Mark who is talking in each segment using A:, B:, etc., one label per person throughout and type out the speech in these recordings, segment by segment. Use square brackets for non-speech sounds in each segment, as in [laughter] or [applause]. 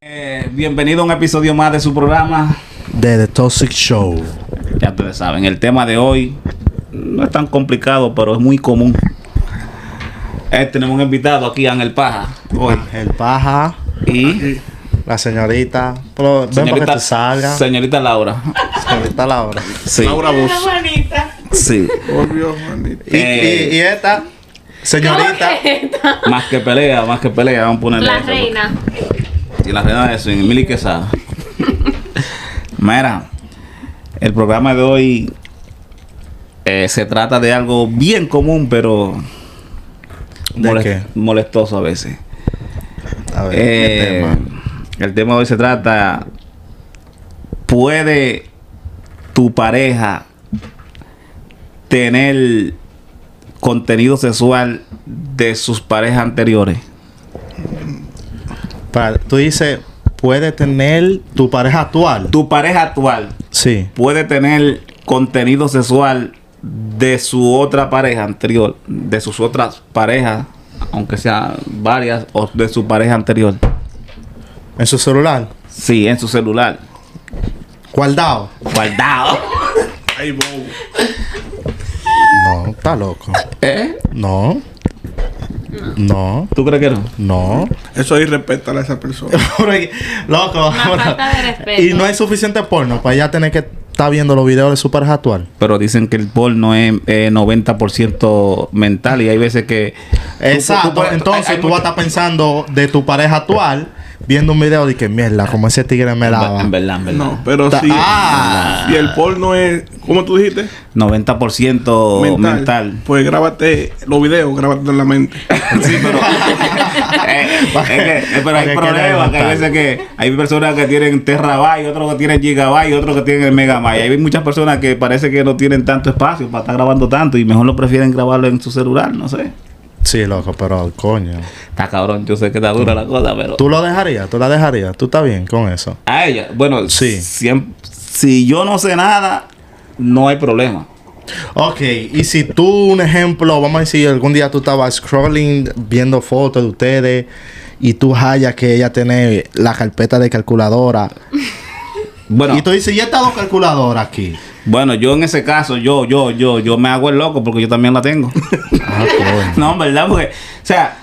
A: Eh, bienvenido a un episodio más de su programa.
B: De The Toxic Show.
A: Ya ustedes saben, el tema de hoy no es tan complicado, pero es muy común. Eh, tenemos un invitado aquí, Ángel Paja, hoy.
B: El paja,
A: Y
B: la señorita. Pero ven para que
A: señorita,
B: te salga.
A: señorita Laura.
B: Señorita Laura.
A: Sí,
C: Laura Bus.
A: sí.
C: Obvio, manito.
B: Y,
A: Eh.
B: y- y esta, señorita.
A: Más que pelea, más que pelea, vamos a ponerle.
D: La
A: eso.
D: reina.
A: Y la reina de eso, en Emily Quesada. Mira, el programa de hoy eh, se trata de algo bien común, pero
B: ¿De qué?
A: molestoso a veces.
B: A
A: Eh,
B: ver, ¿qué tema?
A: El tema de hoy se trata, ¿puede tu pareja tener contenido sexual de sus parejas anteriores?
B: Pa- tú dices, puede tener tu pareja actual.
A: Tu pareja actual,
B: Sí.
A: puede tener contenido sexual de su otra pareja anterior, de sus otras parejas, aunque sean varias, o de su pareja anterior.
B: En su celular.
A: Sí, en su celular.
B: Guardado. [laughs]
A: Guardado.
C: Ay, bobo.
B: No, está loco.
A: ¿Eh?
B: No. No.
A: ¿Tú crees que no?
B: No. [laughs]
C: Eso es irrespetar a esa persona.
B: loco. [laughs]
D: Una falta de respeto.
B: Y no hay suficiente porno para ya tener que estar viendo los videos de su pareja actual.
A: Pero dicen que el porno es eh, 90% mental y hay veces que... tú-
B: Exacto.
A: tú- tú-
B: Entonces
A: hay- hay
B: tú vas a estar pensando de tu pareja actual viendo un video de que mierda, como ese tigre me
A: mucho-
B: daba.
A: En verdad, en verdad.
C: No, pero
B: Ta-
C: si,
B: Ah.
C: si el porno es, ¿cómo tú dijiste?
A: 90% Oh, mental.
C: Mental. Pues grábate los videos, grábate en la mente.
A: Sí, pero... [laughs] Eh, es que- eh, pero
B: Para
A: hay
B: que quede
A: problemas. que hay
B: mental.
A: veces que hay personas que tienen terabyte, otros que tienen gigabyte, otros que tienen el megabyte. Hay muchas personas que parece que no tienen tanto espacio para estar grabando tanto y mejor lo prefieren grabarlo en su celular, no sé.
B: Sí, loco, pero coño.
A: Está cabrón, yo sé que está dura la cosa, pero...
B: ¿Tú lo dejarías? ¿Tú la dejarías? ¿Tú estás bien con eso?
A: A ella, bueno,
B: Sí.
A: siem- si yo no sé nada, no hay problema.
B: Ok, y si tú, un ejemplo, vamos a decir, algún día tú estabas scrolling, viendo fotos de ustedes, y tú hallas que ella tiene la carpeta de calculadora.
A: Bueno,
B: Y tú dices, ya está dos calculadoras aquí.
A: bueno, yo en ese caso, yo, yo, yo, yo me hago el loco porque yo también la
B: [laughs]
A: tengo.
B: Ah, coño.
A: no, en verdad, porque, o sea,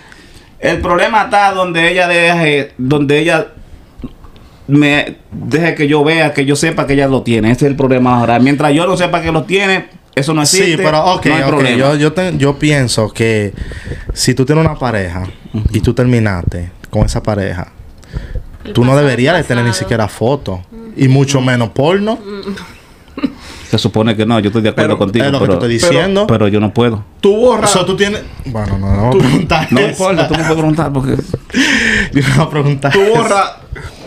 A: el problema está donde ella deje, donde ella me deje que yo vea, que yo sepa que ella lo tiene. Ese es el problema ahora. Mientras yo no sepa que lo tiene, eso no existe.
B: Sí, pero ok,
A: no hay
B: ok.
A: problema.
B: Yo, yo, te- yo pienso que si tú tienes una pareja y tú terminaste con esa pareja,
D: El
B: tú no
D: pasado
B: deberías de tener ni
D: pasado.
B: siquiera fotos y mucho menos porno.
A: Se supone que no, yo estoy de acuerdo
C: Pero,
A: contigo,
B: es lo que
A: pero,
B: te estoy diciendo.
A: pero yo no puedo.
C: Tú borras.
B: Eso tú tienes. Bueno, no, no voy a preguntar.
A: No
B: eso.
A: importa, tú me puedes preguntar porque...
B: [laughs] Yo no voy a preguntar.
C: Tú
B: eso.
C: borras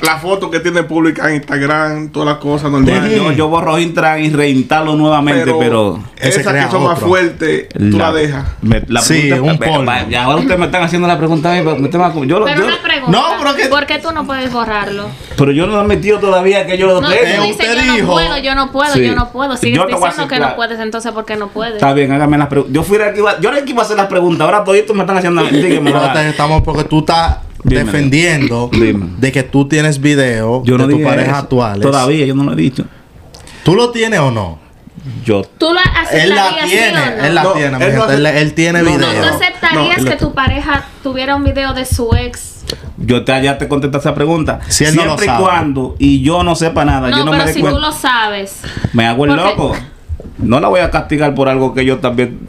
C: la foto que tiene pública en Instagram, todas las cosas
A: Bueno,
C: normales.
A: yo, yo borro Intran y reinstalo nuevamente, pero.
B: Ese
C: esas
B: crea
C: que son más
B: otro.
C: fuertes, tú la dejas.
A: me- la
B: Sí,
A: pregunta-
B: un
A: pero,
B: polvo.
A: va- ya ahora ustedes me están haciendo la pregunta a mí, pero, me están- yo, lo-
D: Pero
A: yo-
D: una pregunta.
B: No, pero que-
D: ¿Por qué tú no puedes borrarlo?
A: pero yo no lo he metido todavía que yo lo
D: No, tú
A: tengo.
D: dices
B: usted
D: yo no
B: dijo-
D: puedo, yo no puedo,
A: Sí.
D: yo no puedo. Sigues
A: Yo te voy a
D: diciendo que
A: hacer claro.
D: no puedes, entonces ¿por qué no puedes?
A: Está bien, hágame las preguntas. Yo fui la que iba, yo era el que iba a hacer las preguntas, ahora toditos me están haciendo la dígame,
B: Pero te-
A: ¿verdad?
B: estamos porque tú estás
A: Dime.
B: defendiendo
A: Dime.
B: de que tú tienes video
A: Yo no
B: de tu
A: dije
B: pareja
A: eso.
B: actual.
A: Todavía, yo no lo he dicho.
B: ¿Tú lo tienes o no?
A: Yo.
D: ¿Tú la
B: Él
D: aceptarías
B: la
D: sí
B: tiene,
D: o no?
B: él la
C: No,
B: tiene, mi
C: él no
B: gente, Él,
C: hace-
B: él tiene
C: No, no,
D: No,
B: video.
D: ¿Tú aceptarías
A: No,
D: que
A: lo-
D: tu pareja tuviera un video de su ex?
A: Yo te, ya te contesté esa pregunta.
B: Si él no
A: Siempre
B: lo
A: y
B: sabe.
A: cuando, y yo no sepa nada,
D: No,
A: Ah, yo no me
D: pero
A: dé
D: si
A: cuenta.
D: tú lo sabes.
A: Me hago el
D: Porque-
A: loco. No la voy a castigar por algo que yo también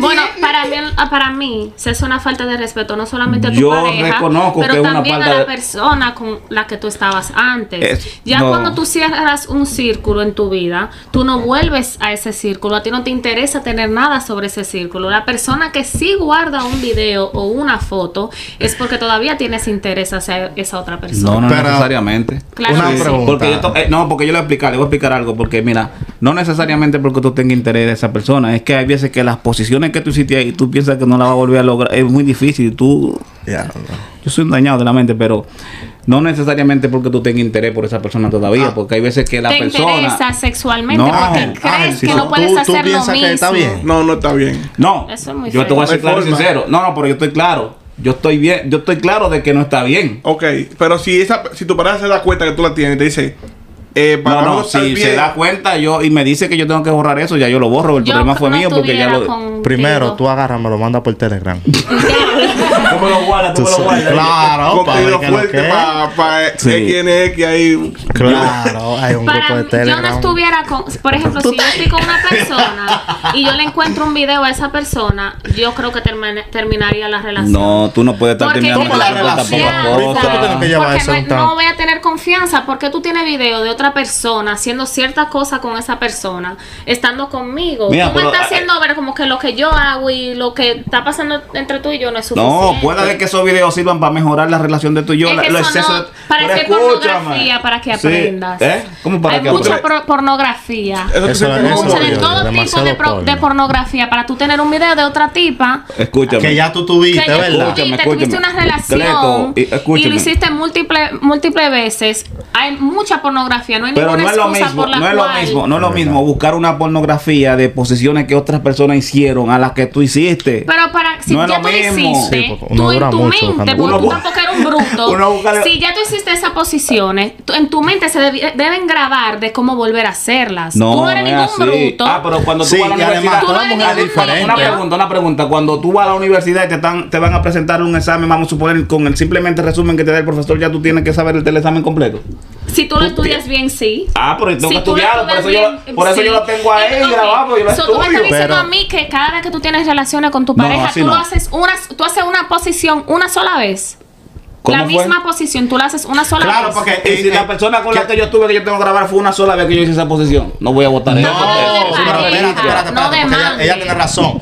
D: Bueno, para mí, para mí, se es una falta de respeto, no solamente a tu
A: Yo
D: pareja,
A: reconozco
D: pero
A: que es una
D: también
A: falta
D: a
A: de-
D: la persona con la que tú estabas antes.
A: Es-
D: ya
A: no.
D: cuando tú cierras un círculo en tu vida, tú no vuelves a ese círculo, a ti no te interesa tener nada sobre ese círculo. La persona que sí guarda un video o una foto es porque todavía tienes interés hacia esa otra persona.
A: No, no
B: Pero-
A: necesariamente.
D: Claro
B: Una
D: que sí.
B: pregunta.
A: Porque yo to- eh, no, porque yo le voy a explicar, le voy a explicar algo, porque mira, no necesariamente porque tú tengas interés de esa persona, es que hay veces que las posiciones que tú hiciste ahí, tú piensas que no la vas a volver a lograr, es muy difícil, tú,
B: Ya,
A: yo soy un dañado de la mente, pero no necesariamente porque tú tengas interés por esa persona todavía,
B: Ah.
A: porque hay veces que la
D: Te
A: persona...
D: interesa sexualmente
A: No, Ah,
D: porque
A: Ángel,
D: crees
B: Ángel,
D: que
B: sí,
D: no
B: tú-
D: puedes
B: tú
D: hacer lo
B: piensas
D: mismo.
B: que está bien.
C: No, no está bien.
A: No,
D: Eso es muy
A: yo te voy a
D: feo.
A: ser
C: No hay
A: claro y
C: forma.
A: sincero, no, no, pero yo estoy claro, yo estoy bien, yo estoy claro de que no está bien.
C: Ok, pero si esa, si tu pareja se da cuenta que tú la tienes y te dice, eh,
A: No,
C: para
A: no,
C: estar
A: si
C: bien,
A: se da cuenta yo y me dice que yo tengo que borrar eso, ya yo lo borro. El
D: Yo
A: problema fue
D: no
A: mío porque ya
D: estuviera
A: lo.
D: contigo.
B: Primero, tú agarras, me lo mandas por Telegram.
A: [laughs] Tú me lo guardas, tú me lo guardas.
B: claro, para ver
C: contenido
B: que lo
C: fuerte
B: que es.
C: para pa,
A: Sí.
C: XNX ahí.
B: Claro, hay un
D: Para
B: grupo de
D: mí, yo no
B: Telegram.
D: estuviera con, por ejemplo, si yo estoy con una persona y yo le encuentro un video a esa persona, yo creo que termine- terminaría la relación.
A: No, tú no puedes estar
D: Porque
A: terminando
D: como
A: con la
D: la
A: cuenta por
D: confianza.
A: las
B: ¿Viste cómo
A: cosas.
B: tienen que llevar
D: Porque
B: eso
D: no-
B: un
D: no,
B: tanto?
D: voy a tener confianza porque tú tienes video de otra persona haciendo ciertas cosas con esa persona, estando conmigo.
A: Mira,
D: tú me
A: pero,
D: estás
A: eh,
D: haciendo ver como que lo que yo hago y lo que está pasando entre tú y yo no es suficiente.
A: No, puede de que esos videos sirvan para mejorar la relación de tú y yo.
D: Es
A: la-
D: que
A: los
D: eso
A: excesos
D: no-
A: de-
D: para
A: Pero
D: que
A: escúchame.
D: pornografía, para que
A: Sí.
D: aprendas.
A: ¿Eh? ¿Cómo para
D: Hay
A: que
D: mucha
A: aprendas?
D: pro- pornografía.
C: Eso,
B: Eso-
C: te
B: eso-
C: sientes
D: Mucha-
C: como-
D: de
B: obvio,
D: todo tipo
B: demasiado
D: de, pro-
B: porno.
D: de pornografía. Para tú tener un video de otra tipa
A: Escúchame.
B: Que ya tú tuviste,
D: que ya
B: ¿verdad?
D: tuviste,
A: Escúchame,
D: tuviste
A: escúchame.
D: una relación
A: Cleto, y-
D: y,
A: escúchame.
D: lo hiciste múltiple, múltiple veces. Hay mucha pornografía, no hay
A: Pero
D: ninguna
A: no es lo
D: excusa
A: mismo,
D: por la
A: no es
D: cual.
A: lo mismo, no es lo mismo buscar una pornografía de posiciones que otras personas hicieron a las que tú hiciste.
D: Pero para, si
A: No es
D: ya
A: lo
D: tú
A: mismo.
D: hiciste,
B: Sí, porque uno
D: tú en
B: dura
D: tu
B: mucho
D: mente,
B: buscando
D: porque tú
A: Uno-
D: tampoco eres un
A: [laughs] Uno
D: bruto,
A: busca-
D: si ya tú hiciste esas posiciones, tú- en tu mente se debi- deben grabar de cómo volver a hacerlas.
A: no,
D: tú no eres
A: no es
D: ningún
A: así.
D: bruto.
A: Ah, pero cuando tú
B: Sí,
A: vas a la
B: y además
A: universidad,
D: toda mujer es diferente.
A: Una pregunta, una pregunta. Cuando tú vas a la universidad y te, están, te van a presentar un examen, vamos a suponer, con el simplemente resumen que te da el profesor, ya tú tienes que saber el del examen completo.
D: si tú lo estudias bien, sí.
A: Ah, pero tengo
D: Si
A: que
D: tú la
A: estudiarlo, por eso,
D: estudias
A: yo,
D: bien,
A: por eso
D: sí.
A: yo lo tengo ahí
D: Entonces,
A: grabado, porque yo lo
D: so, Tú me
A: estudio.
D: estás diciendo
B: Pero-
D: a mí que cada vez que tú tienes relaciones con tu
A: No,
D: pareja,
A: así
D: tú, lo
A: no.
D: haces una, tú haces una posición una sola vez.
A: ¿Cómo
D: La
A: fue?
D: misma posición, tú la haces una sola
A: Claro,
D: vez.
A: porque y si la persona con la que yo estuve que yo tengo que grabar fue una sola vez que yo hice esa posición, no voy a votar eso.
B: No,
D: no,
B: pero
D: no,
B: espérate,
D: no,
B: espérate,
D: no
B: espérate, porque ella,
D: demande.
B: ella tiene razón.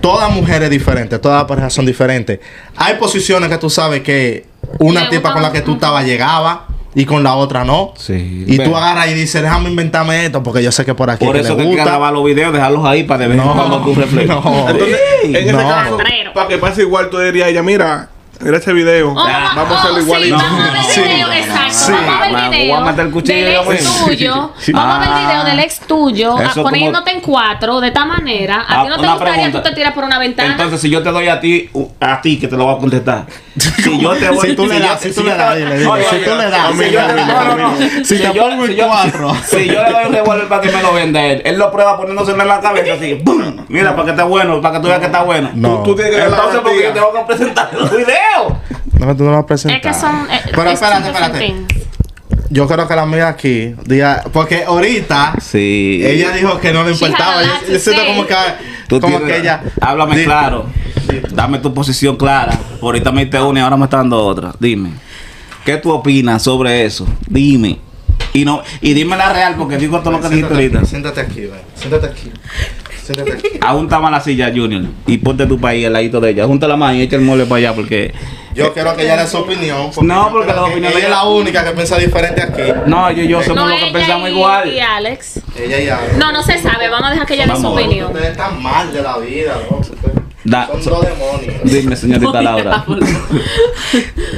B: Todas mujeres diferentes, todas las parejas son diferentes. Hay posiciones que tú sabes que
D: Le
B: una tipa con la
D: gusta-
B: que tú estabas llegaba y con la otra no.
A: Sí.
B: Y tú
A: Bueno.
B: agarras y dices, déjame inventarme esto porque yo sé que por aquí
A: Por
B: que
A: eso
B: le
A: que hay que
B: gusta.
A: grabar los videos, dejarlos ahí para de vez en
B: No,
A: cuando ocurre play.
B: no.
C: Entonces, en ese
B: No.
C: caso,
D: Rastrero.
C: para que pase igual, tú dirías a ella, mira, mira ese video,
D: Oh, vamos,
C: vamos a hacerlo
D: oh, sí,
C: igualito.
D: vamos a ver el
B: Sí.
D: video, exacto.
B: Sí.
D: Vamos a ver
A: Vamos
D: el
A: a
D: video
A: matar el cuchillo y
D: del
A: vamos a
D: ex
A: ver.
D: tuyo.
A: [laughs] Sí.
D: Vamos a ver el
A: Ah.
D: video del ex tuyo,
A: Eso
D: a-
A: como-
D: poniéndote en cuatro, de esta manera. A
A: Ah,
D: ti no te
A: una
D: gustaría,
A: pregunta.
D: tú te tiras por una ventana.
A: Entonces, si yo te doy a ti, u- a ti que te lo voy a contestar. Si yo te voy
B: Si tú le das,
A: yo-
B: si tú le das, dile, dile,
A: No, yo-
B: si tú le das.
A: si yo te-
B: Domingo,
A: no, no, no.
B: Domingo. Si te
A: yo-
B: pongo en
A: si yo-
B: cuatro.
A: Si yo le doy un revólver para que me lo venda él, él lo prueba poniéndoselo en la cabeza así. ¡pum! Mira, para que esté bueno, para que tú veas que está bueno.
B: No.
C: Tú, tú tienes que dar la
A: Entonces, porque yo
C: garantía.
A: tengo que presentar los videos.
B: No, tú no lo vas a presentar.
D: es que son. eh,
B: Pero
D: it's two
B: espérate,
D: different
B: espérate.
D: things.
B: Yo creo que la amiga aquí, diga, porque ahorita
A: Sí.
B: ella dijo que no le
D: She
B: importaba.
D: had a
B: Yo,
D: lot to
B: yo siento
D: say.
B: como que,
A: Tú
B: como
A: tienes-
B: que ella.
A: Háblame
B: di-
A: claro. Dame tu posición clara. Ahorita me diste una y ahora me está dando otra. Dime. ¿Qué tú opinas sobre eso? Dime. Y no, y dime la real, porque digo todo lo que dijiste ahorita.
B: Siéntate aquí, ven. Siéntate aquí. Siéntate aquí.
A: Ajunta más la silla, Junior. Y ponte tu país al ladito de ella. Junta la mano y echa el mole para allá, porque.
B: Yo
A: [laughs]
B: quiero que ella dé su opinión.
A: No,
B: yo
A: porque la
B: creo que
A: opinión de
B: Ella es
A: ella-
B: la única que piensa diferente aquí.
A: No, yo y yo somos
D: No,
A: los que
D: ella
A: pensamos
D: y-
A: igual.
D: Y Alex.
B: Ella y Ana.
D: No, no se sabe. Vamos a dejar que ella dé su
A: Vamos.
D: opinión.
B: Ustedes están mal de la vida, loco. Ustedes
A: Da-
B: Son
A: so-
B: dos demonios.
A: Dime, señorita Laura.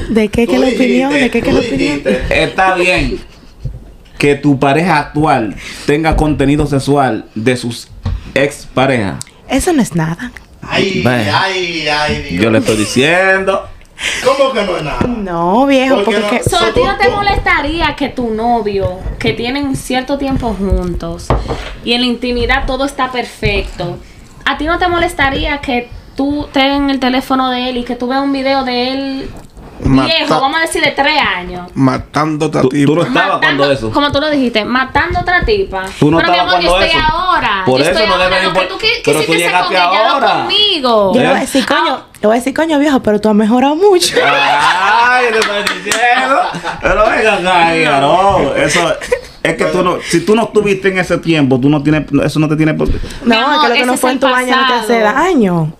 E: ¿De qué que
B: Tú
E: la opinión?
B: dijiste-
E: ¿De qué que
B: tú
E: la opinión?
B: dijiste-
A: Está bien que tu pareja actual tenga contenido sexual de sus ex parejas.
E: Eso no es nada.
B: Ay,
A: Ve.
B: ay, ay, Dios.
A: Yo le estoy diciendo.
B: ¿Cómo que no es nada?
E: No, viejo,
B: ¿Por qué
E: porque
B: no?
E: que-
D: So, ¿A ti no te
B: Tú- tú-
D: molestaría que tu novio, que tienen cierto tiempo juntos y en la intimidad todo está perfecto, ¿a ti no te molestaría que tú estés en el teléfono de él y que tú veas un video de él
C: Mata-
D: viejo, vamos a decir de tres años?
C: Matándote a
A: Tú-
C: ti.
A: tú no estaba cuando eso.
D: Como tú lo dijiste, matando a otra tipa.
A: Tú no
D: pero mi
A: estabas
D: amor, yo
A: cuando
D: estoy
A: eso.
D: ahora.
A: Por
D: yo
A: eso
D: estoy
A: no
D: ahora.
A: debe
D: Lo que tú
A: importar.
D: qui-
A: Pero tú
D: quisiste hacer
A: llegaste
D: con ella, lo
A: ahora.
D: conmigo.
E: yo le
A: ¿Eh?
E: voy a decir, coño,
D: Ah,
E: le voy a decir, coño, viejo, pero tú has mejorado mucho.
A: Ay, te estoy diciendo. Pero venga acá, hija, no. Eso es que tú no, si tú no estuviste en ese tiempo, tú no tienes, eso no te tiene por qué.
E: [laughs] No,
D: Mi amor,
E: es que lo que
D: ese
E: no
D: es
E: fue
D: el
E: en tu baño no te hace
D: pasado.
E: daño.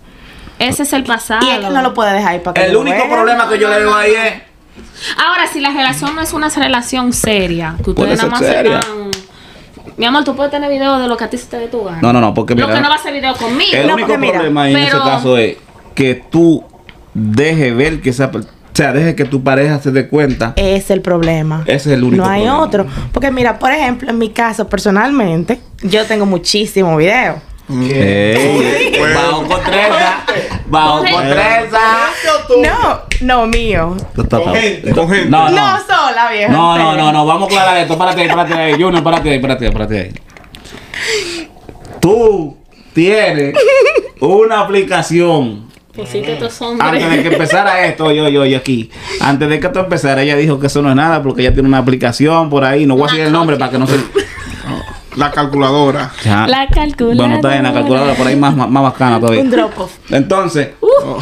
D: Ese es el pasado.
E: Y es que no lo puedes dejar ahí para que
A: El
E: lo
A: único
E: vean.
A: problema que yo le veo ahí es.
D: Ahora, si la relación no es una relación seria, que
A: Puede
D: ustedes nada
A: ser seria.
D: más serán- Mi amor, tú puedes tener video de lo que a ti se te dé tu gana.
A: No, no, no, porque
D: Lo
A: mira,
D: que no va a ser video conmigo.
A: El
E: No,
A: único
E: porque mira,
A: problema ahí en ese
D: pero-
A: caso es que tú deje ver que esa, per- o sea, deje que tu pareja se dé cuenta.
E: Es el problema.
A: Ese es el único
E: No hay
A: problema.
E: otro. Porque mira, por ejemplo, en mi caso, personalmente, yo tengo muchísimos videos.
A: Ey, Vamos con tres, ¿verdad? Vamos por
D: Correcto.
A: trenza.
E: No, no, mío.
C: Con gente, con gente.
A: No,
E: No,
A: no.
E: sola, vieja.
A: No, no, no, no, vamos a aclarar esto. Párate ahí, párate ahí. Junior, párate ahí, párate ahí, párate ahí. Tú tienes una aplicación.
D: Pusiste Pues estos
A: Antes de que
D: hombres.
A: empezara esto, yo, yo, yo aquí. Antes de que esto empezara, ella dijo que eso no es nada porque ella tiene una aplicación por ahí. No voy a decir el nombre para que no se.
C: La calculadora.
A: Ya.
D: La calculadora.
A: Bueno, está en la calculadora por ahí más, más, más bacana todavía.
E: Un drop off.
A: Entonces, oh,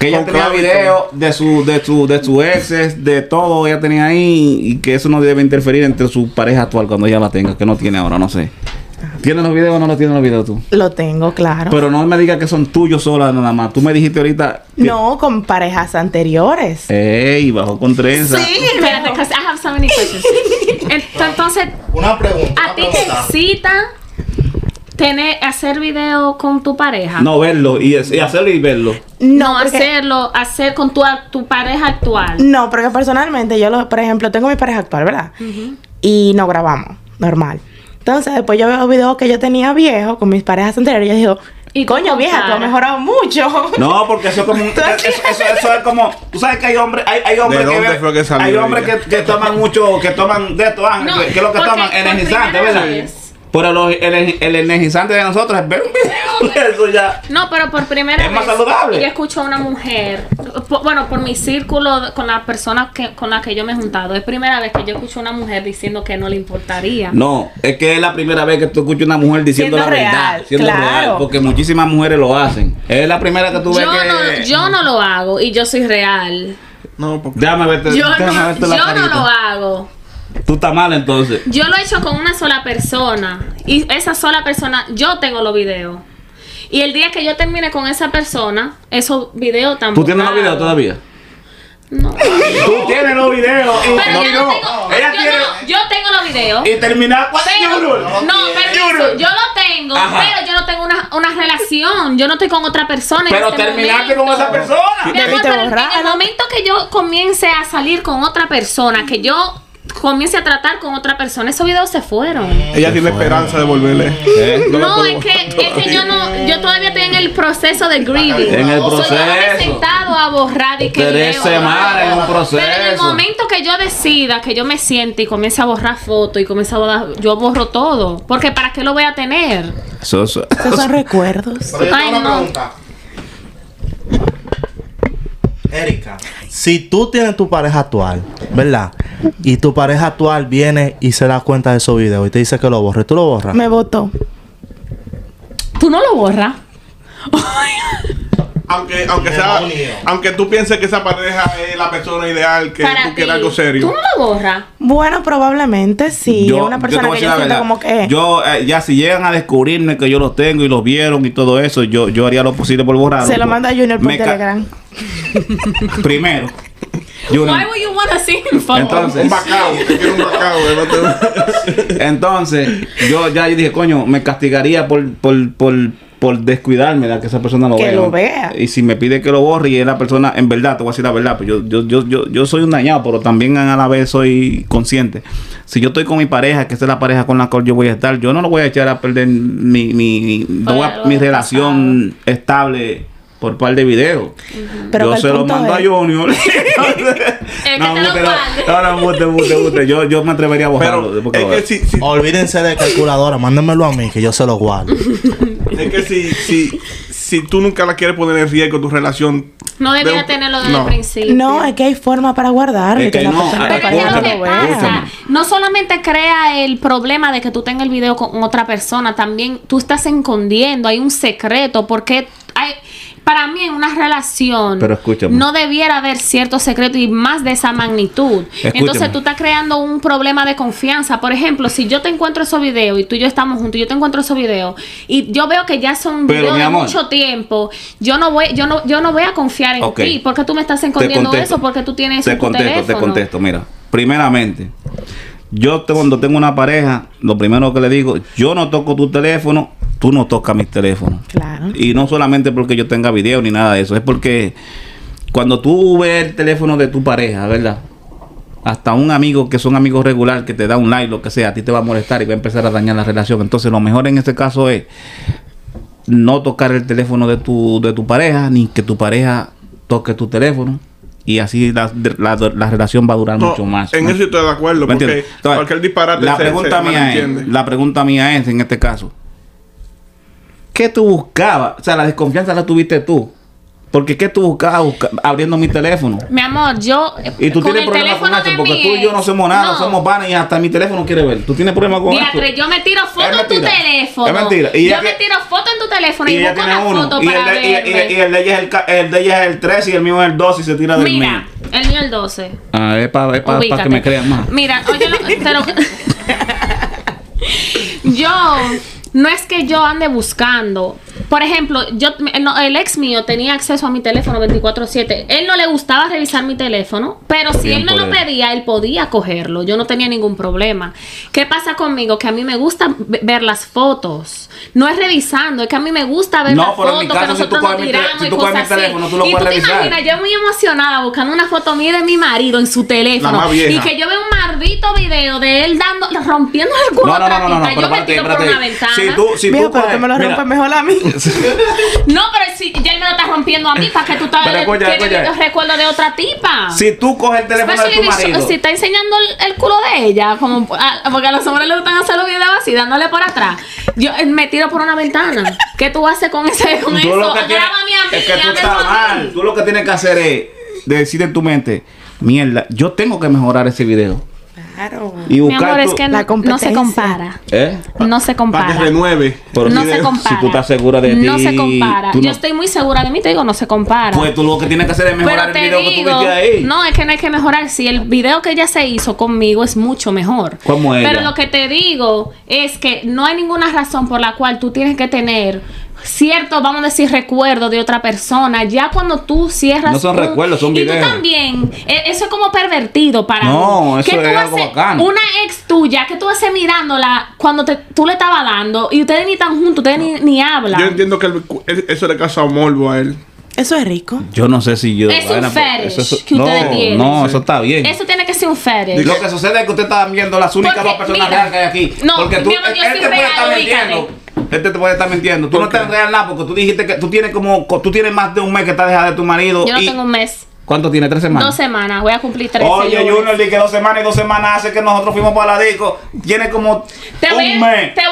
A: que ella
C: Con
A: tenía
C: clave y
A: video de su, de su, de su exes, de todo, ella tenía ahí, y que eso no debe interferir entre su pareja actual cuando ella la tenga, que no tiene ahora, no sé. ¿Tienes los videos o no los tienes los videos tú?
E: Lo tengo, claro.
A: Pero no me digas que son tuyos sola nada más. Tú me dijiste ahorita. que-
E: no, con parejas anteriores.
A: Ey, bajó con trenza.
D: Espérate, 'cause I have so many questions. Ent- Entonces,
B: Una pregunta.
D: ¿a ti te excita tener, hacer video con tu pareja?
A: No verlo y, es- y hacerlo y verlo.
D: No,
E: porque-
D: hacerlo, hacer con tu, a- tu pareja actual.
E: No, porque personalmente yo, lo, por ejemplo, tengo mi pareja actual, ¿verdad? Y no grabamos, normal. Entonces, después yo veo videos que yo tenía viejo con mis parejas anteriores y yo digo,
D: Y tú
E: coño,
D: con
E: vieja, tú
D: cara.
E: has mejorado mucho.
A: No, porque eso es
D: [laughs]
A: como un- eso, eso- eso es como, tú sabes que hay hombres, hay, hay hombres
C: ¿De
A: que
C: dónde
A: beben-
C: fue que salió
A: hay hombres
C: ella?
A: que, que toman mucho, que toman de esto, Ángel,
D: No,
A: que, que es lo que
D: porque
A: toman,
D: por
A: energizante,
D: primera
A: ¿verdad?
D: vez.
A: Pero los- el, el energizante de nosotros es ver un video de eso ya.
D: No, pero por primera
A: Es más
D: vez
A: saludable.
D: yo escucho a una mujer, po- bueno, por mi círculo de- con las personas que, con las que yo me he juntado, es primera vez que yo escucho a una mujer diciendo que no le importaría.
A: No, es que es la primera vez que tú escuchas una mujer diciendo
E: Siendo
A: la verdad,
E: real,
A: siendo
E: claro.
A: real, porque muchísimas mujeres lo hacen. Es la primera que tú ves
D: yo,
A: que
D: no, yo no lo hago y yo soy real.
C: No, porque.
A: Déjame verte,
D: Yo,
A: déjame
D: no,
A: verte la
D: yo no
A: carita.
D: lo hago.
A: Tú estás mal entonces.
D: Yo lo he hecho con una sola persona y esa sola persona, yo tengo los videos. Y el día que yo termine con esa persona, esos videos también.
A: ¿Tú tienes los videos todavía?
D: No.
A: Tú tienes los videos y
D: Pero yo no
A: no,
D: tengo.
A: ella
D: yo,
A: tiene
D: no- yo tengo los videos.
A: y terminar ¿cuál es
D: Pero,
A: Yurul?
D: no, permiso, yo lo tengo,
A: Ajá.
D: pero yo no tengo una, una relación, yo no estoy con otra persona. en
A: Pero
D: este
A: terminaste
D: momento.
A: con esa
D: Mi
A: persona.
D: amor,
E: Y te
D: pero en el
E: borraron.
D: momento que yo comience a salir con otra persona, que yo comience a tratar con otra persona, esos videos se fueron.
C: Ella tiene esperanza de volverle. ¿Eh? la
D: No,
C: puedo-
D: es que, es que yo no, yo todavía estoy en el proceso de grieving.
A: En el
D: So, yo no me he
A: proceso.
D: sentado a borrar y que
A: Tres
D: video,
A: semanas
D: no.
A: en un
D: Pero en el
A: proceso.
D: momento que yo decida, que yo me siente y comience a borrar fotos y comience a borrar, yo borro todo. Porque ¿para qué lo voy a tener?
A: Eso, eso-
E: [laughs] Esos son recuerdos.
B: Pero yo
D: Ay,
B: tengo una
D: no.
B: pregunta. Erika, si tú tienes tu pareja actual, ¿verdad? Y tu pareja actual viene y se da cuenta de esos videos y te dice que lo borres, ¿tú lo borras?
E: Me votó.
D: Tú no lo borras.
C: Aunque, aunque, sea,
B: Demonio.
C: aunque tú pienses que esa pareja es la persona ideal, que
D: para
C: tú quieres
D: ti.
C: algo
D: Tú
C: serio.
D: no lo borras.
E: Bueno, probablemente sí. una persona
A: te voy
E: que
A: a
E: yo
A: decir
E: siento
A: la
E: como
A: verdad.
E: que.
A: Yo, eh, ya si llegan a descubrirme que yo los tengo y los vieron y todo eso, yo, yo haría lo posible por borrarlo.
E: se lo manda a Junior por
A: Me ca-
E: Telegram.
A: Primero. Junior.
D: Why would you wanna see him for?
A: Entonces-
C: Un bacao, te quiero un bacao. eh, no te-
A: Entonces, yo ya dije, coño, me castigaría por, por, por, por descuidarme de que esa persona lo
E: Que
A: vea.
E: lo vea.
A: Y si me pide que lo borre y es la persona, en verdad, te voy a decir la verdad, pues yo, yo, yo, yo, yo soy un dañado, pero también a la vez soy consciente. Si yo estoy con mi pareja, que esa es la pareja con la cual yo voy a estar, yo no lo voy a echar a perder mi, mi, no voy a-
D: Fuego
A: mi relación estable por par de videos.
E: Pero
A: yo
E: que el
A: se lo
E: punto
A: mando
E: es-
A: a
D: [laughs]
A: Junior. [laughs]
D: te
A: no,
D: lo
A: embuste,
D: guarde.
A: no,
D: [laughs]
A: no, embuste, embuste, embuste. Yo, yo me atrevería a borrarlo.
C: Pero
A: después que lo vea.
C: es que si, si-
B: Olvídense de calculadora, mándenmelo a mí que yo se lo guardo.
C: es que si, si, si tú nunca la quieres poner en riesgo tu relación.
D: No debía
C: de un-
D: tenerlo desde
C: no.
D: el principio.
E: No, es que hay forma para guardarlo.
A: Es
E: y que
A: que
E: la
A: no,
E: persona
A: hay
D: Pero
E: capaz
D: es que
E: no
D: lo
A: Escúchame,
D: que
E: lo vea.
D: pasa,
A: escúchame.
D: no solamente crea el problema de que tú tengas el video con otra persona, también tú estás escondiendo, hay un secreto, porque hay, para mí en una relación
A: Pero escúchame.
D: no debiera haber cierto secreto y más de esa magnitud.
A: Escúchame.
D: Entonces tú estás creando un problema de confianza. Por ejemplo, si yo te encuentro esos videos y tú y yo estamos juntos, yo te encuentro esos videos y yo veo que ya son
A: Pero,
D: videos
A: mi
D: de
A: amor.
D: mucho tiempo, yo no voy, yo no, yo no voy a confiar en
A: Ok.
D: ti, porque tú me estás
A: Te
D: escondiendo
A: contesto.
D: eso, porque tú tienes
A: te
D: eso en tu
A: contesto,
D: teléfono.
A: te contesto. Mira, primeramente, yo te- cuando tengo una pareja, lo primero que le digo, yo no toco tu teléfono, tú no tocas mis teléfonos.
E: Claro.
A: Y no solamente porque yo tenga video ni nada de eso, es porque cuando tú ves el teléfono de tu pareja, ¿verdad? Hasta un amigo que son amigos regular que te da un like, lo que sea, a ti te va a molestar y va a empezar a dañar la relación. Entonces, lo mejor en este caso es no tocar el teléfono de tu, de tu pareja, ni que tu pareja toque tu teléfono. Y así la, la- la relación va a durar
C: No,
A: mucho más.
C: en
A: ¿no?
C: eso yo estoy de acuerdo,
A: ¿Me
C: porque
A: entiendes? Entonces,
C: cualquier disparate
A: la
C: se-
A: pregunta
C: se
A: mía
C: malentiende.
A: es, La pregunta mía es, en este caso, ¿qué tú buscabas? O sea, la desconfianza la tuviste tú. Porque ¿qué tú buscabas busca- abriendo mi teléfono?
D: Mi amor, yo. eh,
A: Y tú
D: con
A: tienes problemas
D: el
A: con
D: teléfono
A: eso,
D: de
A: porque
D: mi
A: tú y yo
D: ex-
A: no somos nada,
D: no.
A: somos panas y hasta mi teléfono quiere ver. ¿Tú tienes problemas con eso?
D: Diatre, yo me tiro foto en tu
A: mentira.
D: teléfono.
A: Es mentira. Y
D: yo
A: ella
D: me
A: que-
D: tiro foto en tu teléfono y,
A: ella
D: busco
A: tiene
D: una
A: uno.
D: foto
A: y,
D: para
A: el de, y- y-
D: verme.
A: y el de ella es el, ca- el de ella es el 3 y el mío es el 2 y se tira del
D: Mira,
A: mío.
D: el mío el 12.
A: Ah, es para
D: Ubícate.
A: que me crean más.
D: Mira, oye, lo- te lo- [laughs] yo no es que yo ande buscando. Por ejemplo, yo no, el ex mío tenía acceso a mi teléfono 24/7. Él no le gustaba revisar mi teléfono, pero si
A: Bien
D: él me
A: por
D: lo
A: él.
D: pedía, él podía cogerlo. Yo no tenía ningún problema. ¿Qué pasa conmigo? Que a mí me gusta ve- ver las fotos. No es revisando, es que a mí me gusta ver
A: No,
D: las
A: pero en
D: fotos
A: mi
D: que
A: caso, si tú
D: nosotros nos
A: coges mi tele-
D: tiramos
A: si
D: y
A: tú coges mi
D: cosas así.
A: teléfono, tú lo
D: y
A: puedes
D: tú te
A: revisar.
D: imaginas, yo muy emocionada buscando una foto mía de mi marido en su teléfono.
C: La más vieja.
D: Y que yo veo un maldito video de él dando, rompiendo el culo
A: No,
D: a
A: no,
D: otra
A: no, no, no,
D: tipa.
A: pero
D: yo me
A: espérate,
D: tiro por
A: espérate.
D: una ventana.
A: Si tú, si
E: Viejo,
A: tú
E: pero tú
A: coges-
E: me lo
A: mira.
E: rompes mejor
A: [laughs]
E: a mí.
D: No, pero si ya él me lo está rompiendo a mí, ¿para que tú estás
A: Pero escucha,
D: tienes
A: escucha.
D: los recuerdos de otra tipa?
A: Si tú coges el teléfono de
D: Especially
A: tu
D: if-
A: marido.
D: si está enseñando el, el culo de ella, como ah, porque a los hombres les gustan hacer los videos así, dándole por atrás. Yo eh, me tiro por una ventana. ¿Qué tú haces con ese con
A: Tú
D: eso?
A: lo que tienes-
D: Grábame a mí,
A: es que tú
D: hazme eso
A: estás
D: a mí.
A: mal. Tú lo que tienes que hacer es decir en tu mente, mierda, yo tengo que mejorar ese video.
E: Claro.
A: Y
D: Mi
A: buscar
D: amor,
A: tu-
D: es que
E: La
D: no- no
E: competencia.
D: se compara.
A: ¿Eh?
D: No se
C: Para que
D: compara.
C: renueve.
A: Pero
D: no
A: si-
D: se compara.
A: Si tú estás segura de ti.
D: No se compara.
A: tú
D: Yo
A: no-
D: estoy muy segura de mí, te digo, no se compara.
A: Pues tú lo que tienes que hacer es mejorar
D: pero
A: el
D: te
A: video que
D: digo,
A: tuviste ahí.
D: no, es que no hay que mejorar. Si el video que ella se hizo conmigo es mucho mejor.
A: Como ella.
D: Pero lo que te digo es que no hay ninguna razón por la cual tú tienes que tener cierto, vamos a decir, recuerdo de otra persona. Ya cuando tú cierras.
A: No son
D: un-
A: recuerdos, son
D: y
A: videos.
D: tú también. E- Eso es como pervertido para
A: No,
D: mí.
A: eso
D: ¿Qué tú
A: es algo
D: haces-
A: bacano.
D: Una ex tuya que tú haces mirándola cuando te, tú le estabas dando y ustedes ni están juntos, ustedes ni, ni hablan.
C: Yo entiendo que el- el- eso le causa morbo a él.
E: Eso es rico.
A: Yo no sé si yo.
D: Es un
A: Ana, pero
D: fetish
A: eso-
D: que
A: no,
D: ustedes tienen.
A: No, eso está bien.
D: Eso tiene que ser un fetish.
A: Lo que sucede es que usted está viendo las únicas
D: Porque,
A: dos personas
D: mira,
A: reales que hay aquí.
D: no,
A: porque tú,
D: mi amor, yo
A: él
D: soy
A: te puede
D: real,
A: estar
D: ubícate.
A: mintiendo. Este te puede estar mintiendo. Tú
C: ¿Por
A: no
C: qué?
A: estás real nada porque tú dijiste que tú tienes como. Tú tienes más de un mes que estás dejada de tu marido.
D: Yo no
A: y-
D: tengo un mes.
A: ¿Cuánto tiene? ¿Tres semanas?
D: Dos semanas, voy a cumplir tres
A: Oye,
D: señores.
A: Junior, di que dos semanas y dos semanas hace que nosotros fuimos para la disco. Tiene como
D: Te voy-
A: un mes.
D: te-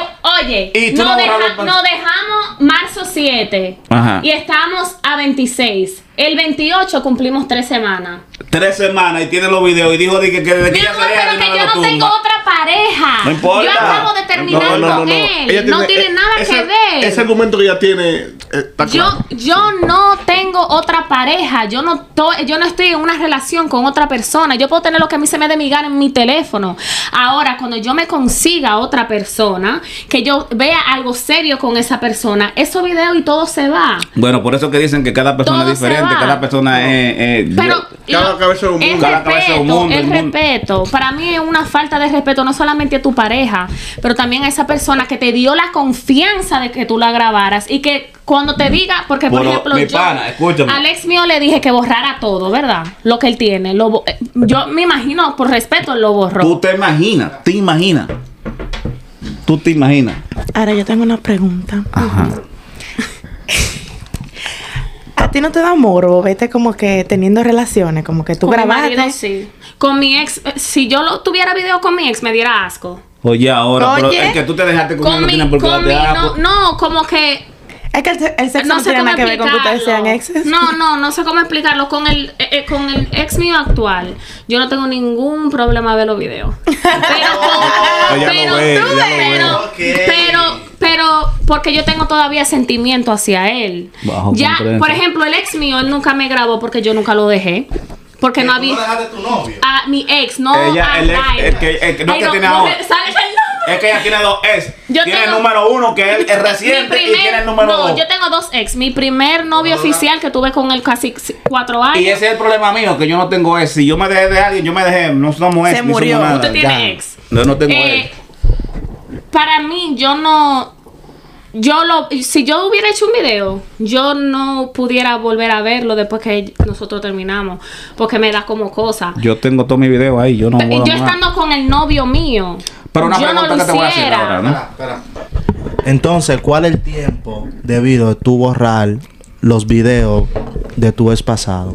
D: oye,
A: Y tú
D: nos,
A: no
D: deja-
A: borraron-
D: nos dejamos marzo 7
A: Ajá.
D: y estamos a 26. El 28 cumplimos tres semanas.
A: Tres semanas y tiene los videos. Y dijo di que, que desde que
D: Mi
A: ya
D: amor,
A: se deja,
D: pero
A: de
D: que
A: una
D: yo
A: vez
D: no
A: lo
D: tengo
A: tumba.
D: otra pareja.
A: No importa.
D: Yo acabo de terminar
A: No, no, e no,
D: con
A: no.
D: él.
C: Ella
D: no
C: tiene-
D: tiene
C: eh,
D: nada que
C: ese-
D: ver.
C: Ese argumento que ella tiene eh, está
D: Yo,
C: claro.
D: yo no tengo otra pareja, yo no, to- yo no estoy en una relación con otra persona, yo puedo tener lo que a mí se me dé mi gana en mi teléfono. Ahora, cuando yo me consiga otra persona, que yo vea algo serio con esa persona, esos videos y todo se va.
A: Bueno, por eso que dicen que cada persona
D: Todo
A: es
D: se
A: diferente.
D: va.
A: Cada persona es. eh,
D: Pero
C: Cada
D: lo-
C: cabeza es un
D: el
C: mundo.
A: Cada cabeza es un
D: respeto,
A: mundo,
D: el
A: el mundo.
D: respeto. Para mí es una falta de respeto no solamente a tu pareja, pero también a esa persona que te dio la confianza de que tú la grabaras y que cuando te diga, porque por
A: Bueno,
D: ejemplo
A: Mm. mi
D: yo
A: pana, escúchame.
D: al ex mío le dije que borrara todo, ¿verdad? Lo que él tiene. Lo, bo- eh, yo me imagino por respeto él lo borró.
A: Tú te imaginas, te imaginas. Tú te imaginas.
E: Ahora yo tengo una pregunta.
A: Ajá.
E: A ti no te da morbo, vete como que teniendo relaciones, como que tú
D: Con mi
E: grabaste.
D: marido, sí. Con mi ex, eh, si yo lo tuviera video con mi ex me diera asco.
A: Oye, ahora, pero
E: Oye.
A: el que tú te dejaste con, él
D: Con
A: no
D: mi,
A: tiene por qué
D: con
A: darte
D: mi,
A: asco.
D: no, no, como que
E: Es que el, se- el sexo no, tiene
D: cómo
E: nada que ver con que ustedes sean
D: explicarlo.
E: exes.
D: No, no, no sé cómo explicarlo. Con el, eh, eh, con el ex mío actual, yo no tengo ningún problema ver los
E: [laughs]
D: videos. Pero, con-
C: Ella
D: pero,
C: lo ve, ella lo
D: pero,
F: ve.
D: pero, pero, porque yo tengo todavía sentimiento hacia él.
A: Bajo
D: ya,
A: comprendo.
D: por ejemplo, el ex mío, él nunca me grabó porque yo nunca lo dejé. Porque no
F: no
D: había.
F: dejaste a tu novio.
D: A mi ex, no
A: Ella,
D: al
A: el ex,
D: aire.
A: el que- el que- no
D: Ay,
A: que tiene
D: no
A: ahora.
D: me- ¿sabes el nombre?
A: Es que ella tiene dos ex.
D: Yo
A: tiene
D: tengo-
A: el número uno, que es, es reciente,
D: [laughs] Mi primer-
A: y tiene el número
D: no,
A: dos. Ah.
D: yo tengo dos ex. Mi primer novio oficial que tuve con él casi cuatro años.
A: Y ese es el problema mío, que yo no tengo ex. Si yo me dejé de alguien, yo me dejé. No somos ex.
E: Se
A: ni somos
E: murió.
A: nada,
D: Usted tiene
A: ya.
D: ex.
A: No, no tengo
D: Eh,
A: ex.
D: para mí, yo no. Yo lo. Si yo hubiera hecho un video, yo no pudiera volver a verlo después que nosotros terminamos. Porque me da como cosa.
A: Yo tengo todos mis videos ahí. Yo no
D: Pe-
A: voy a
D: yo
A: más.
D: estando con el novio mío.
A: Pero una
D: yo no
A: pregunta
D: lo
A: que te voy a hacer
D: hiciera.
A: ahora, ¿no?
F: Espera, espera.
B: Entonces, ¿cuál es el tiempo debido de tú borrar los videos de tu ex pasado?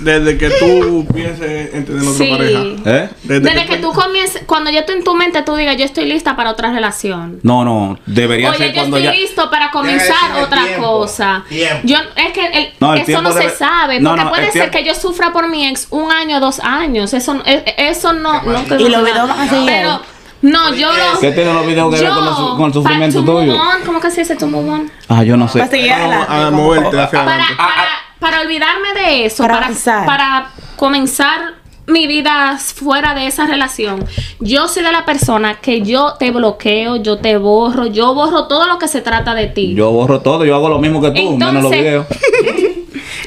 C: Desde que
D: [laughs]
C: tú pienses en tener otra
D: Sí.
C: pareja.
A: ¿Eh?
C: Desde,
D: Desde que tú comiences, cuando ya tú en tu mente tú digas, yo estoy lista para otra relación.
A: No, no, debería
D: Oye,
A: ser
D: yo
A: cuando
D: estoy
A: ya.
D: listo
B: Deja
D: para
B: de
D: comenzar
B: decir
D: otra
B: tiempo,
D: cosa.
B: tiempo.
D: Yo es que el-
A: No, el
D: eso no
A: tiempo debe-
D: se sabe,
A: No,
D: porque
A: no,
D: puede
A: el
D: ser
A: tiempo-
D: que yo sufra por mi ex un año, dos años. Eso, no- e- e- eso no, no creo
E: Y los
D: nada.
E: videos van a seguir.
D: Pero no, yo lo
A: ¿Qué tiene los videos que ver con, el su- con el
D: pa-
A: sufrimiento
D: to move
A: tuyo?
D: on, ¿Cómo que se dice to move on?
A: Ah, yo no sé.
E: [laughs] Para seguir adelante.
C: a moverte hacia
D: Para,
C: adelante.
D: para, para olvidarme de eso,
E: Para
D: para,
E: avanzar.
D: para comenzar mi vida fuera de esa relación. Yo soy de la persona que yo te bloqueo, yo te borro, yo borro todo lo que se trata de ti.
A: Yo borro todo, yo hago lo mismo que tú, menos los
D: Entonces-
A: videos.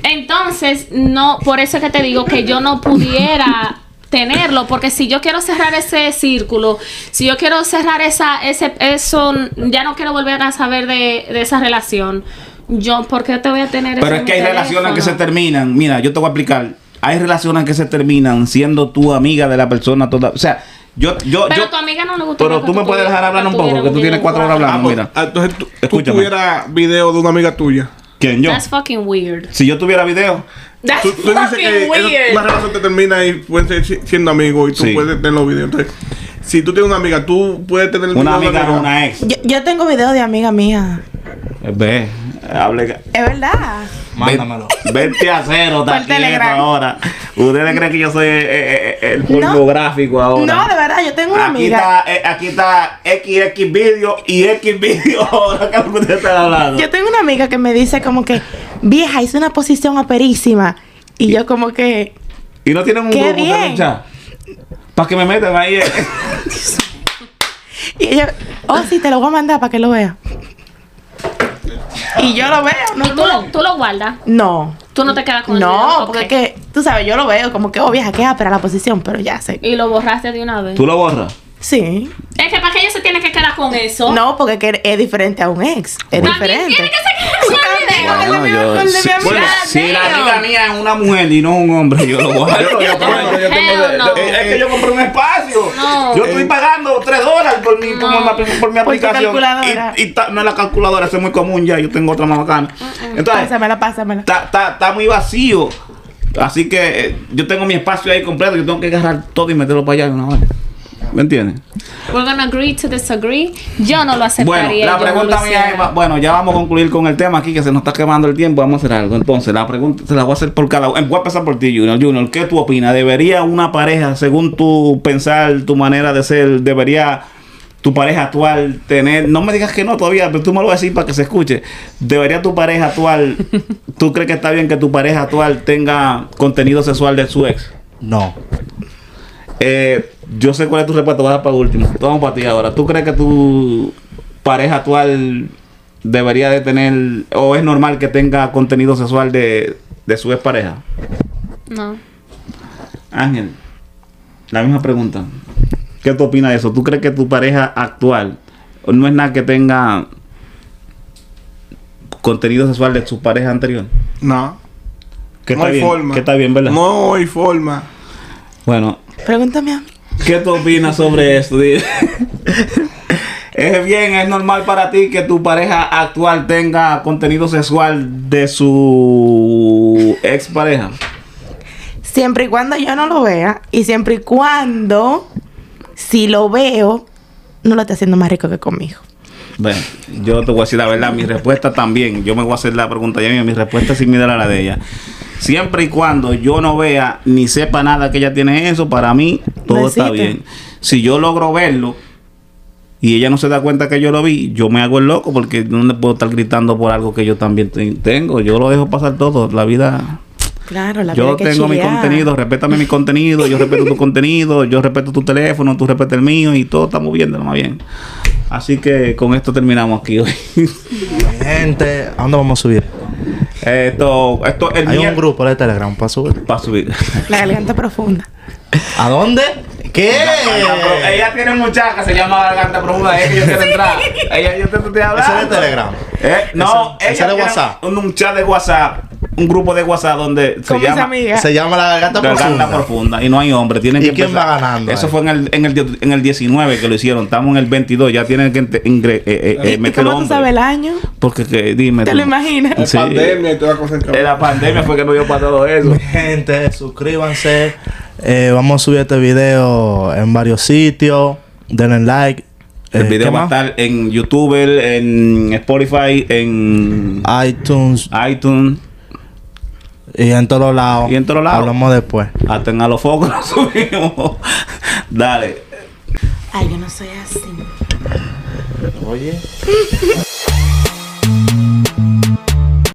D: Entonces, no, por eso es que te digo que yo no pudiera tenerlo, porque si yo quiero cerrar ese círculo, si yo quiero cerrar esa, ese, eso, ya no quiero volver a saber de, de esa relación. Yo, ¿por qué te voy a tener eso
A: Pero es
D: en
A: que
D: mi
A: hay relaciones que se
D: teléfono?
A: terminan. Mira, yo te voy a explicar. Hay relaciones que se terminan siendo tú amiga de la persona toda. O sea, yo, yo,
D: Pero
A: yo-
D: a tu amiga no le gusta.
A: Pero tú me puedes dejar hablar un poco, que tú tienes cuatro horas
C: Ah,
A: hablando.
C: pues,
A: Mira,
C: ah, entonces tú, tú
A: Escúchame.
C: tuvieras video de una amiga tuya.
A: ¿quién yo?
D: That's fucking weird.
A: Si yo tuviera video,
E: That's
C: Tú, tú dices que esa-
E: fucking weird.
C: una relación te termina y pueden ser si- siendo amigos y tú
A: Sí.
C: puedes tener los videos. Entonces, si tú tienes una amiga, tú puedes tener el
A: una
C: video de
A: amiga o una ex.
E: Yo, yo tengo videos de amiga mía.
A: Eh, Ve, hable.
E: Es verdad.
B: Mándamelo.
A: 20 a 0,
E: Por
A: está quieto
E: Telegram.
A: ahora. ¿Ustedes creen que yo soy eh, eh, eh, el
E: No.
A: pornográfico ahora?
E: No, de verdad, yo tengo una
A: Aquí
E: amiga.
A: está, eh, aquí está XX video y X video [laughs] ahora que ustedes están hablando.
E: Yo tengo una amiga que me dice como que, vieja, hice una posición aperísima. Y yo como que,
A: Y no tienen un
E: ¡Qué
A: grupo de
E: bien!
A: lucha. Para que me metan ahí. eh.
E: y ella, oh sí, te lo voy a mandar para que lo veas. y yo lo veo,
D: ¿Y tú lo,
E: normal.
D: tú lo guardas?
E: No,
D: ¿Tú no te quedas con el video?
E: no,
D: Ok.
E: porque es que, tú sabes, yo lo veo como que, oh vieja, queda para la posición, pero ya sé.
D: Y lo borraste de una vez.
A: Tú lo borras.
E: Sí.
D: Es que para qué ella se tiene que quedar con eso.
E: No, porque que es diferente a un ex. Es
D: También tiene
E: diferente.
D: que se quede con el video.
E: Bueno, yo- sí, bueno,
A: si la
D: damn.
A: amiga mía es una mujer y no un hombre, yo lo borro. [laughs] Yo, yo- yo
D: Hell
A: tengo-
D: no.
A: Es es que yo compré un espacio.
D: No.
A: Yo estoy pagando 3 dólares por mi, por mi- por mi
E: Por tu
A: aplicación.
E: calculadora.
A: Y, y ta- no es la calculadora, eso es muy común ya. Yo tengo otra más bacana. Entonces,
E: Pásamela, pásamela.
A: está, está- está muy vacío. Así que eh, yo tengo mi espacio ahí completo. Yo tengo que agarrar todo y meterlo para allá de una vez. ¿Me entiendes?
D: We're gonna agree to disagree. Yo no lo
A: Bueno, la
D: aceptaría. yo no
A: pregunta
D: lo
A: mía es,
D: hiciera.
A: va- bueno, ya vamos a concluir con el tema aquí que se nos está quemando el tiempo, vamos a hacer algo. Entonces, la pregunta se la voy a hacer por cada uno. Voy a empezar por ti, Junior. Junior, ¿qué tú opinas? ¿Debería una pareja, según tu pensar, tu manera de ser, debería tu pareja actual tener, no me digas que no todavía, pero tú me lo vas a decir para que se escuche, ¿debería tu pareja actual, [laughs] tú crees que está bien que tu pareja actual tenga contenido sexual de su ex?
B: No.
A: Eh, yo sé cuál es tu respuesta, vas para último. Vamos para ti ahora. ¿Tú crees que tu pareja actual debería de tener o es normal que tenga contenido sexual de, de su ex pareja?
D: No.
A: Ángel, la misma pregunta. ¿Qué tú opinas de eso? ¿Tú crees que tu pareja actual no es nada que tenga contenido sexual de su pareja anterior?
C: No.
A: Que
C: no
A: está
C: hay
A: bien,
C: forma.
A: que está bien, ¿verdad?
C: No hay forma.
A: Bueno,
E: Pregúntame a mí.
A: ¿Qué tú opinas sobre esto? Dile. [laughs] ¿Es bien, es normal para ti que tu pareja actual tenga contenido sexual de su ex pareja?
E: Siempre y cuando yo no lo vea y siempre y cuando si lo veo no lo está haciendo más rico que conmigo.
A: Bueno, yo te voy a decir la verdad, mi respuesta también. Yo me voy a hacer la pregunta ya mismo, mi respuesta es similar a la de ella. Siempre y cuando yo no vea ni sepa nada que ella tiene eso, para mí todo
E: No
A: está
E: existe.
A: bien. Si yo logro verlo y ella no se da cuenta que yo lo vi, yo me hago el loco porque no le puedo estar gritando por algo que yo también te- tengo. Yo lo dejo pasar todo, la vida.
E: Claro, la
A: Yo
E: vida hay que
A: tengo mi
E: chilear.
A: contenido, respétame mi contenido, yo respeto
E: [laughs]
A: tu contenido, yo respeto tu teléfono, tú respetas el mío y todo estamos viendo más bien. Así que con esto terminamos aquí hoy. [laughs]
B: Gente, ¿a dónde vamos a subir?
A: esto, esto el
B: Hay un
A: miércoles
B: grupo de Telegram para subir.
A: para
B: [laughs]
A: subir.
E: La garganta profunda.
B: ¿A dónde? ¿Qué?
E: Eh.
A: ella tiene muchacha que se llama Garganta Profunda, es que yo quiero entrar. Ella yo te estoy
B: Ese
A: hablando.
B: es de Telegram.
A: Eh, no,
B: Ese-
A: ella
B: ese de
A: tiene
B: WhatsApp.
A: Un, un chat de WhatsApp un grupo de WhatsApp donde se
E: Con mis
A: llama
E: amigas.
B: Se llama la garganta
A: Garganta
B: profunda.
A: profunda y no hay hombre. Tienen
B: ¿Y
A: que
B: quién
A: empezar.
B: va ganando
A: Eso
B: ahí?
A: fue en el, en, el, die- en el 19 que lo hicieron. Estamos en el 22. Ya tienen que entre- ingre- eh, eh, eh,
E: ¿Y
A: meter
E: cómo tú
A: hombre.
E: sabes el año?
A: Porque que- dime.
E: ¿Te
A: tú.
E: lo imaginas?
C: La
A: Sí.
C: pandemia y toda la cosa en
A: Eh, La pandemia fue que no dio para todo eso.
B: [laughs] Mi gente, suscríbanse. Eh, vamos a subir este video en varios sitios. Denle like.
A: El
B: Eh, ¿qué
A: video va a
B: más?
A: estar en YouTube, en Spotify, en
B: iTunes
A: iTunes.
B: y en todos lados.
A: Y en todos lados.
B: Hablamos después.
A: Hasta en a los focos lo [laughs] subimos. Dale.
E: Ay, yo no soy así.
B: Oye.